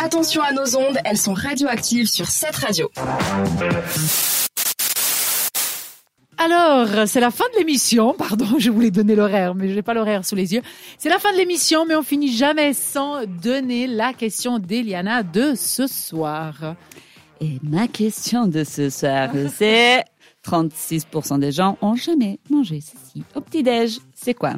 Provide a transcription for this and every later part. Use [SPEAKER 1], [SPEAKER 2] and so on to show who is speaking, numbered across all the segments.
[SPEAKER 1] Attention à nos ondes, elles sont radioactives sur cette radio.
[SPEAKER 2] Alors, c'est la fin de l'émission. Pardon, je voulais donner l'horaire, mais je n'ai pas l'horaire sous les yeux. C'est la fin de l'émission, mais on finit jamais sans donner la question d'Eliana de ce soir.
[SPEAKER 3] Et ma question de ce soir, c'est 36% des gens ont jamais mangé ceci au petit-déj. C'est quoi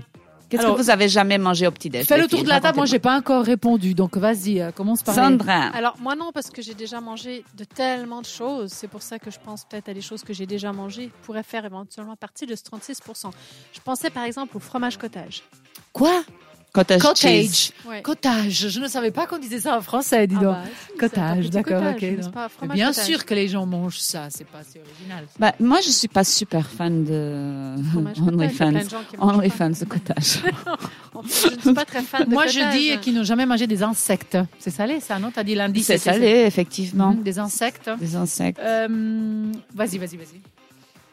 [SPEAKER 3] Qu'est-ce
[SPEAKER 2] Alors,
[SPEAKER 3] que vous avez jamais mangé au petit-déj
[SPEAKER 2] Fais
[SPEAKER 3] les
[SPEAKER 2] le tour
[SPEAKER 3] filles
[SPEAKER 2] de la table. Moi, j'ai
[SPEAKER 3] Racontez-moi.
[SPEAKER 2] pas encore répondu, donc vas-y, euh, commence par. les-
[SPEAKER 3] Sandra,
[SPEAKER 4] Alors moi non parce que j'ai déjà mangé de tellement de choses, c'est pour ça que je pense peut-être à des choses que j'ai déjà mangées pourraient faire éventuellement partie de ce 36%. Je pensais par exemple au fromage cottage.
[SPEAKER 2] Quoi
[SPEAKER 3] cottage, cheese.
[SPEAKER 2] Cottage.
[SPEAKER 4] Ouais.
[SPEAKER 2] Cottage. Je ne savais pas qu'on disait ça en français, dis
[SPEAKER 4] Ah
[SPEAKER 2] donc.
[SPEAKER 4] bah, si, c'est un
[SPEAKER 2] Cottage,
[SPEAKER 4] petit
[SPEAKER 2] d'accord,
[SPEAKER 4] cottage,
[SPEAKER 2] ok,
[SPEAKER 4] n'est-ce
[SPEAKER 2] non.
[SPEAKER 4] pas? Fromage
[SPEAKER 2] Bien
[SPEAKER 4] cottage.
[SPEAKER 2] sûr que les gens mangent ça. C'est pas c'est original.
[SPEAKER 3] Bah, moi, je suis pas super fan de
[SPEAKER 4] Fromage cottage, il y a plein
[SPEAKER 3] OnlyFans.
[SPEAKER 4] de gens qui mangent pas.
[SPEAKER 3] OnlyFans de cottage.
[SPEAKER 4] En fait, Je ne suis pas très fan de
[SPEAKER 2] Moi, je
[SPEAKER 4] cottage.
[SPEAKER 2] dis qu'ils n'ont jamais mangé des insectes. C'est salé, ça, non T'as dit lundi.
[SPEAKER 3] C'est
[SPEAKER 2] c'était-
[SPEAKER 3] salé, effectivement.
[SPEAKER 4] Mm.
[SPEAKER 2] Mhm, Des insectes.
[SPEAKER 3] Des insectes.
[SPEAKER 2] Euh, vas-y, vas-y, vas-y.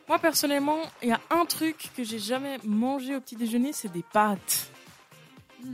[SPEAKER 5] Moi, personnellement, il y a un truc que j'ai jamais mangé au petit déjeuner, c'est des pâtes.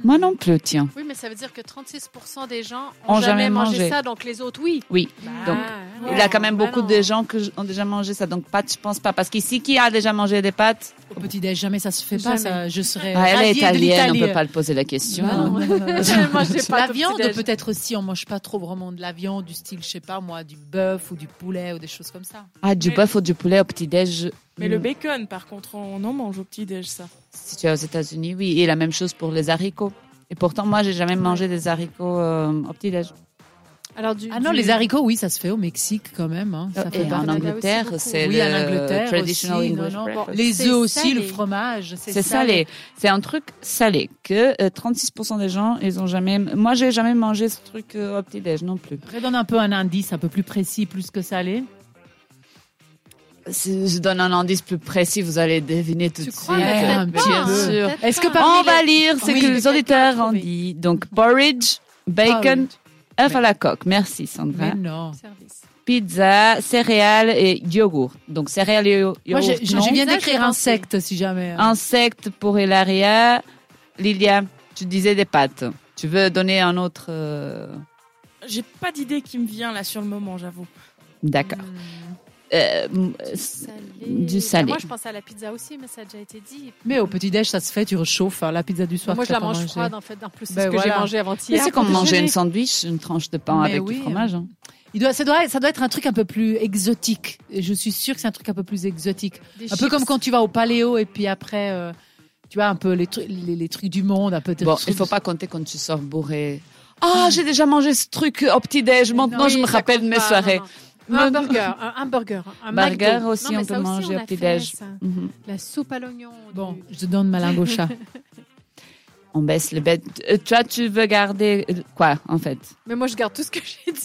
[SPEAKER 3] Moi non plus, tiens.
[SPEAKER 4] Oui, mais ça veut dire que 36% des gens
[SPEAKER 3] Ont
[SPEAKER 4] ont, jamais,
[SPEAKER 3] jamais
[SPEAKER 4] mangé,
[SPEAKER 3] mangé.
[SPEAKER 4] ça, donc les autres, oui.
[SPEAKER 3] Oui. Donc,
[SPEAKER 4] Ah,
[SPEAKER 3] Il y a quand
[SPEAKER 4] non,
[SPEAKER 3] même
[SPEAKER 4] bah
[SPEAKER 3] beaucoup
[SPEAKER 4] non.
[SPEAKER 3] de gens qui ont déjà mangé ça, donc pâtes, je pense pas. Parce qu'ici, qui a déjà mangé des pâtes
[SPEAKER 2] Au petit déj, jamais ça se fait pas.
[SPEAKER 4] Jamais.
[SPEAKER 2] Ça, je serais.
[SPEAKER 3] Ah, Elle est
[SPEAKER 2] radiée Euh, de
[SPEAKER 3] italienne, on
[SPEAKER 2] l'Italie.
[SPEAKER 3] peut pas le poser la question.
[SPEAKER 2] Bah non.
[SPEAKER 4] Je ne mangeais pas
[SPEAKER 2] la
[SPEAKER 4] de
[SPEAKER 2] viande
[SPEAKER 4] petit-déj.
[SPEAKER 2] peut-être aussi, on mange pas trop vraiment de la viande du style, je sais pas moi, du bœuf ou du poulet ou des choses comme ça.
[SPEAKER 3] Ah, du
[SPEAKER 5] Mais-
[SPEAKER 3] bœuf ou du poulet au petit-déj.
[SPEAKER 5] Mais
[SPEAKER 3] mm,
[SPEAKER 5] le bacon, par contre, on en mange au petit déj, ça.
[SPEAKER 3] Si tu es aux États-Unis, oui. Et la même chose pour les haricots. Et pourtant, moi, j'ai jamais mangé des haricots euh, au petit-déj.
[SPEAKER 4] Alors, du,
[SPEAKER 2] Ah non,
[SPEAKER 4] du-
[SPEAKER 2] les haricots, oui, ça se fait au Mexique quand même. hein, ça fait
[SPEAKER 3] Euh, Et
[SPEAKER 2] pas
[SPEAKER 3] en
[SPEAKER 4] Canada aussi
[SPEAKER 3] Angleterre,
[SPEAKER 4] beaucoup.
[SPEAKER 3] c'est
[SPEAKER 2] Oui,
[SPEAKER 3] le
[SPEAKER 2] en Angleterre
[SPEAKER 3] traditional
[SPEAKER 2] aussi, non,
[SPEAKER 3] English
[SPEAKER 2] non, bon,
[SPEAKER 3] breakfast.
[SPEAKER 2] Les
[SPEAKER 4] C'est
[SPEAKER 2] œufs aussi,
[SPEAKER 4] salé.
[SPEAKER 2] le fromage,
[SPEAKER 3] C'est salé. C'est un truc salé que euh, 36% des gens, ils ont jamais. Moi, j'ai jamais mangé ce truc euh, au petit déj non plus.
[SPEAKER 2] Redonne un peu un indice, un peu plus précis, plus que salé.
[SPEAKER 3] Si je donne un indice plus précis, vous allez deviner tout
[SPEAKER 4] Tu
[SPEAKER 3] de
[SPEAKER 4] crois,
[SPEAKER 3] suite.
[SPEAKER 2] mais peut-être pas,
[SPEAKER 3] Euh, bien
[SPEAKER 2] hein,
[SPEAKER 3] sûr.
[SPEAKER 4] peut-être
[SPEAKER 2] Est-ce que
[SPEAKER 4] pas.
[SPEAKER 2] parmi
[SPEAKER 3] On va
[SPEAKER 2] les-
[SPEAKER 3] lire ce
[SPEAKER 2] Oui, mais
[SPEAKER 3] que les
[SPEAKER 2] quelqu'un
[SPEAKER 3] auditeurs
[SPEAKER 2] a
[SPEAKER 3] ont
[SPEAKER 2] trouvé.
[SPEAKER 3] dit. Donc porridge, bacon, œuf à la coque. Merci
[SPEAKER 2] Mais
[SPEAKER 3] Sandra.
[SPEAKER 2] non.
[SPEAKER 4] Service.
[SPEAKER 3] Pizza, céréales et yogourt. Donc céréales et yo-
[SPEAKER 2] Moi,
[SPEAKER 3] yogourt.
[SPEAKER 2] je, je-
[SPEAKER 3] non. Ah.
[SPEAKER 2] je viens
[SPEAKER 4] Ça, j'ai
[SPEAKER 2] d'écrire
[SPEAKER 4] pensé.
[SPEAKER 2] insecte, si jamais. hein.
[SPEAKER 3] Insectes pour Hilaria. Lilia, tu disais des pâtes. Tu veux donner un autre euh,
[SPEAKER 5] J'ai pas d'idée qui me vient là sur le moment, j'avoue.
[SPEAKER 3] D'accord. Euh, m- euh,
[SPEAKER 4] Salé. Ah,
[SPEAKER 3] Du salé.
[SPEAKER 4] Moi, je pensais à la pizza aussi, mais ça a déjà été dit.
[SPEAKER 2] Mais au petit-déj, ça se fait, tu réchauffes hein, la pizza du soir.
[SPEAKER 4] Bah, Moi,
[SPEAKER 2] que
[SPEAKER 4] je
[SPEAKER 2] t'as
[SPEAKER 4] la
[SPEAKER 2] pas
[SPEAKER 4] mange
[SPEAKER 2] mangée.
[SPEAKER 4] froide, en fait. En plus, c'est
[SPEAKER 2] Ben
[SPEAKER 4] ce que
[SPEAKER 2] voilà.
[SPEAKER 4] j'ai mangé
[SPEAKER 3] mais
[SPEAKER 4] avant-hier.
[SPEAKER 3] c'est comme
[SPEAKER 4] pour
[SPEAKER 3] manger
[SPEAKER 4] déjeuner.
[SPEAKER 3] une sandwich, une tranche de pain
[SPEAKER 2] Mais
[SPEAKER 3] avec
[SPEAKER 2] oui.
[SPEAKER 3] du fromage. hein.
[SPEAKER 2] Il doit, ça, doit, ça doit être un truc un peu plus exotique. Et Je suis sûre que c'est un truc un peu plus exotique.
[SPEAKER 4] Des
[SPEAKER 2] Un peu
[SPEAKER 4] chips.
[SPEAKER 2] comme quand tu vas au paléo et puis après, euh, tu vois, un peu les, trucs- les, les trucs du monde, un peu tes
[SPEAKER 3] Bon,
[SPEAKER 2] trucs
[SPEAKER 3] il faut pas compter quand tu sors bourré. Ah, j'ai déjà mangé ce truc au petit-déj. Maintenant,
[SPEAKER 4] Oui,
[SPEAKER 3] je me
[SPEAKER 4] ça
[SPEAKER 3] rappelle
[SPEAKER 4] compte
[SPEAKER 3] mes
[SPEAKER 4] pas, non,
[SPEAKER 3] soirées.
[SPEAKER 4] non. Un burger, un hamburger, un
[SPEAKER 3] Burger
[SPEAKER 4] McDo.
[SPEAKER 3] aussi,
[SPEAKER 4] Non, mais
[SPEAKER 3] on peut
[SPEAKER 4] ça aussi,
[SPEAKER 3] manger
[SPEAKER 4] on
[SPEAKER 3] au
[SPEAKER 4] a
[SPEAKER 3] petit
[SPEAKER 4] fait
[SPEAKER 3] déj.
[SPEAKER 4] ça.
[SPEAKER 3] Mhm.
[SPEAKER 4] La soupe à l'oignon. du-
[SPEAKER 2] Bon, je donne ma langue au chat.
[SPEAKER 3] On baisse les bêtes. Euh, toi, tu veux garder euh, quoi, en fait
[SPEAKER 4] Mais moi, je garde tout ce que j'ai dit.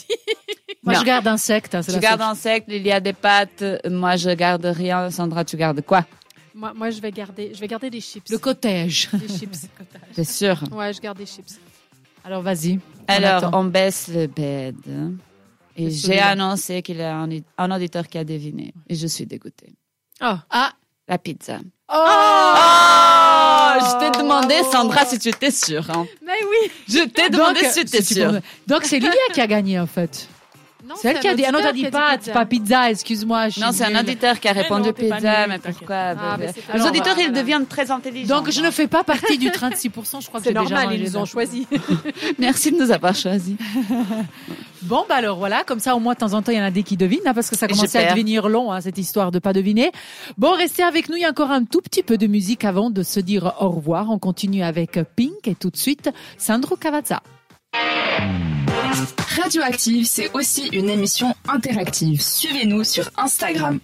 [SPEAKER 2] Moi,
[SPEAKER 3] Non.
[SPEAKER 2] je garde insectes. hein, c'est
[SPEAKER 3] Tu
[SPEAKER 2] la
[SPEAKER 3] gardes
[SPEAKER 2] seule-
[SPEAKER 3] insectes, il y a des pâtes. Euh, Moi, je garde rien. Sandra, tu gardes quoi
[SPEAKER 4] Moi, moi, je vais garder, je vais garder des chips.
[SPEAKER 2] Le cottage.
[SPEAKER 4] des chips.
[SPEAKER 3] C'est sûr.
[SPEAKER 4] Ouais, je garde des chips.
[SPEAKER 2] Alors, vas-y. On
[SPEAKER 3] Alors,
[SPEAKER 2] attend.
[SPEAKER 3] on baisse le bed. Et
[SPEAKER 2] C'est
[SPEAKER 3] j'ai
[SPEAKER 2] celui-là.
[SPEAKER 3] annoncé qu'il y a un, un auditeur qui a deviné. Et je suis dégoûtée.
[SPEAKER 2] Ah.
[SPEAKER 3] La pizza.
[SPEAKER 2] Oh
[SPEAKER 3] Oh, je t'ai demandé,
[SPEAKER 4] bravo.
[SPEAKER 3] Sandra, si tu étais sûre. hein.
[SPEAKER 4] Mais oui.
[SPEAKER 3] Je t'ai demandé si tu étais
[SPEAKER 2] si tu
[SPEAKER 3] sûre.
[SPEAKER 2] peux- Donc, euh, c'est Lilia qui a gagné, en fait.
[SPEAKER 4] Non,
[SPEAKER 2] C'est elle qui a
[SPEAKER 4] un
[SPEAKER 2] dit. Ah non, t'as
[SPEAKER 4] auditeur qui
[SPEAKER 2] dit
[SPEAKER 4] a
[SPEAKER 2] pâtes,
[SPEAKER 4] pizza.
[SPEAKER 2] pas pizza, excuse-moi. je suis
[SPEAKER 3] Non, c'est un
[SPEAKER 2] nulle.
[SPEAKER 3] auditeur qui a
[SPEAKER 5] Mais
[SPEAKER 3] répondu
[SPEAKER 5] non, t'es pas
[SPEAKER 3] pizza,
[SPEAKER 5] nulle,
[SPEAKER 3] mais
[SPEAKER 5] t'inquiète.
[SPEAKER 3] pourquoi
[SPEAKER 4] Ah, mais
[SPEAKER 3] bébé
[SPEAKER 4] c'est-
[SPEAKER 3] Les
[SPEAKER 4] alors,
[SPEAKER 3] auditeurs, ils
[SPEAKER 4] voilà.
[SPEAKER 3] deviennent très intelligents.
[SPEAKER 2] Donc, je ne fais pas partie du 36%, je crois que
[SPEAKER 4] C'est
[SPEAKER 2] j'ai déjà
[SPEAKER 4] normal,
[SPEAKER 2] mangé
[SPEAKER 4] ils nous
[SPEAKER 2] ça.
[SPEAKER 4] ont choisi.
[SPEAKER 3] Merci de nous avoir choisis.
[SPEAKER 2] Bon, bah alors voilà, comme ça au moins de temps en temps, il y en a des qui devinent, hein, parce que ça
[SPEAKER 3] Et
[SPEAKER 2] commence
[SPEAKER 3] je
[SPEAKER 2] à
[SPEAKER 3] perds.
[SPEAKER 2] devenir long, hein, cette histoire de pas deviner. Bon, restez avec nous, il y a encore un tout petit peu de musique avant de se dire au revoir. On continue avec Pink et tout de suite, Sandro Cavazza.
[SPEAKER 1] Radioactive, c'est aussi une émission interactive. Suivez-nous sur Instagram.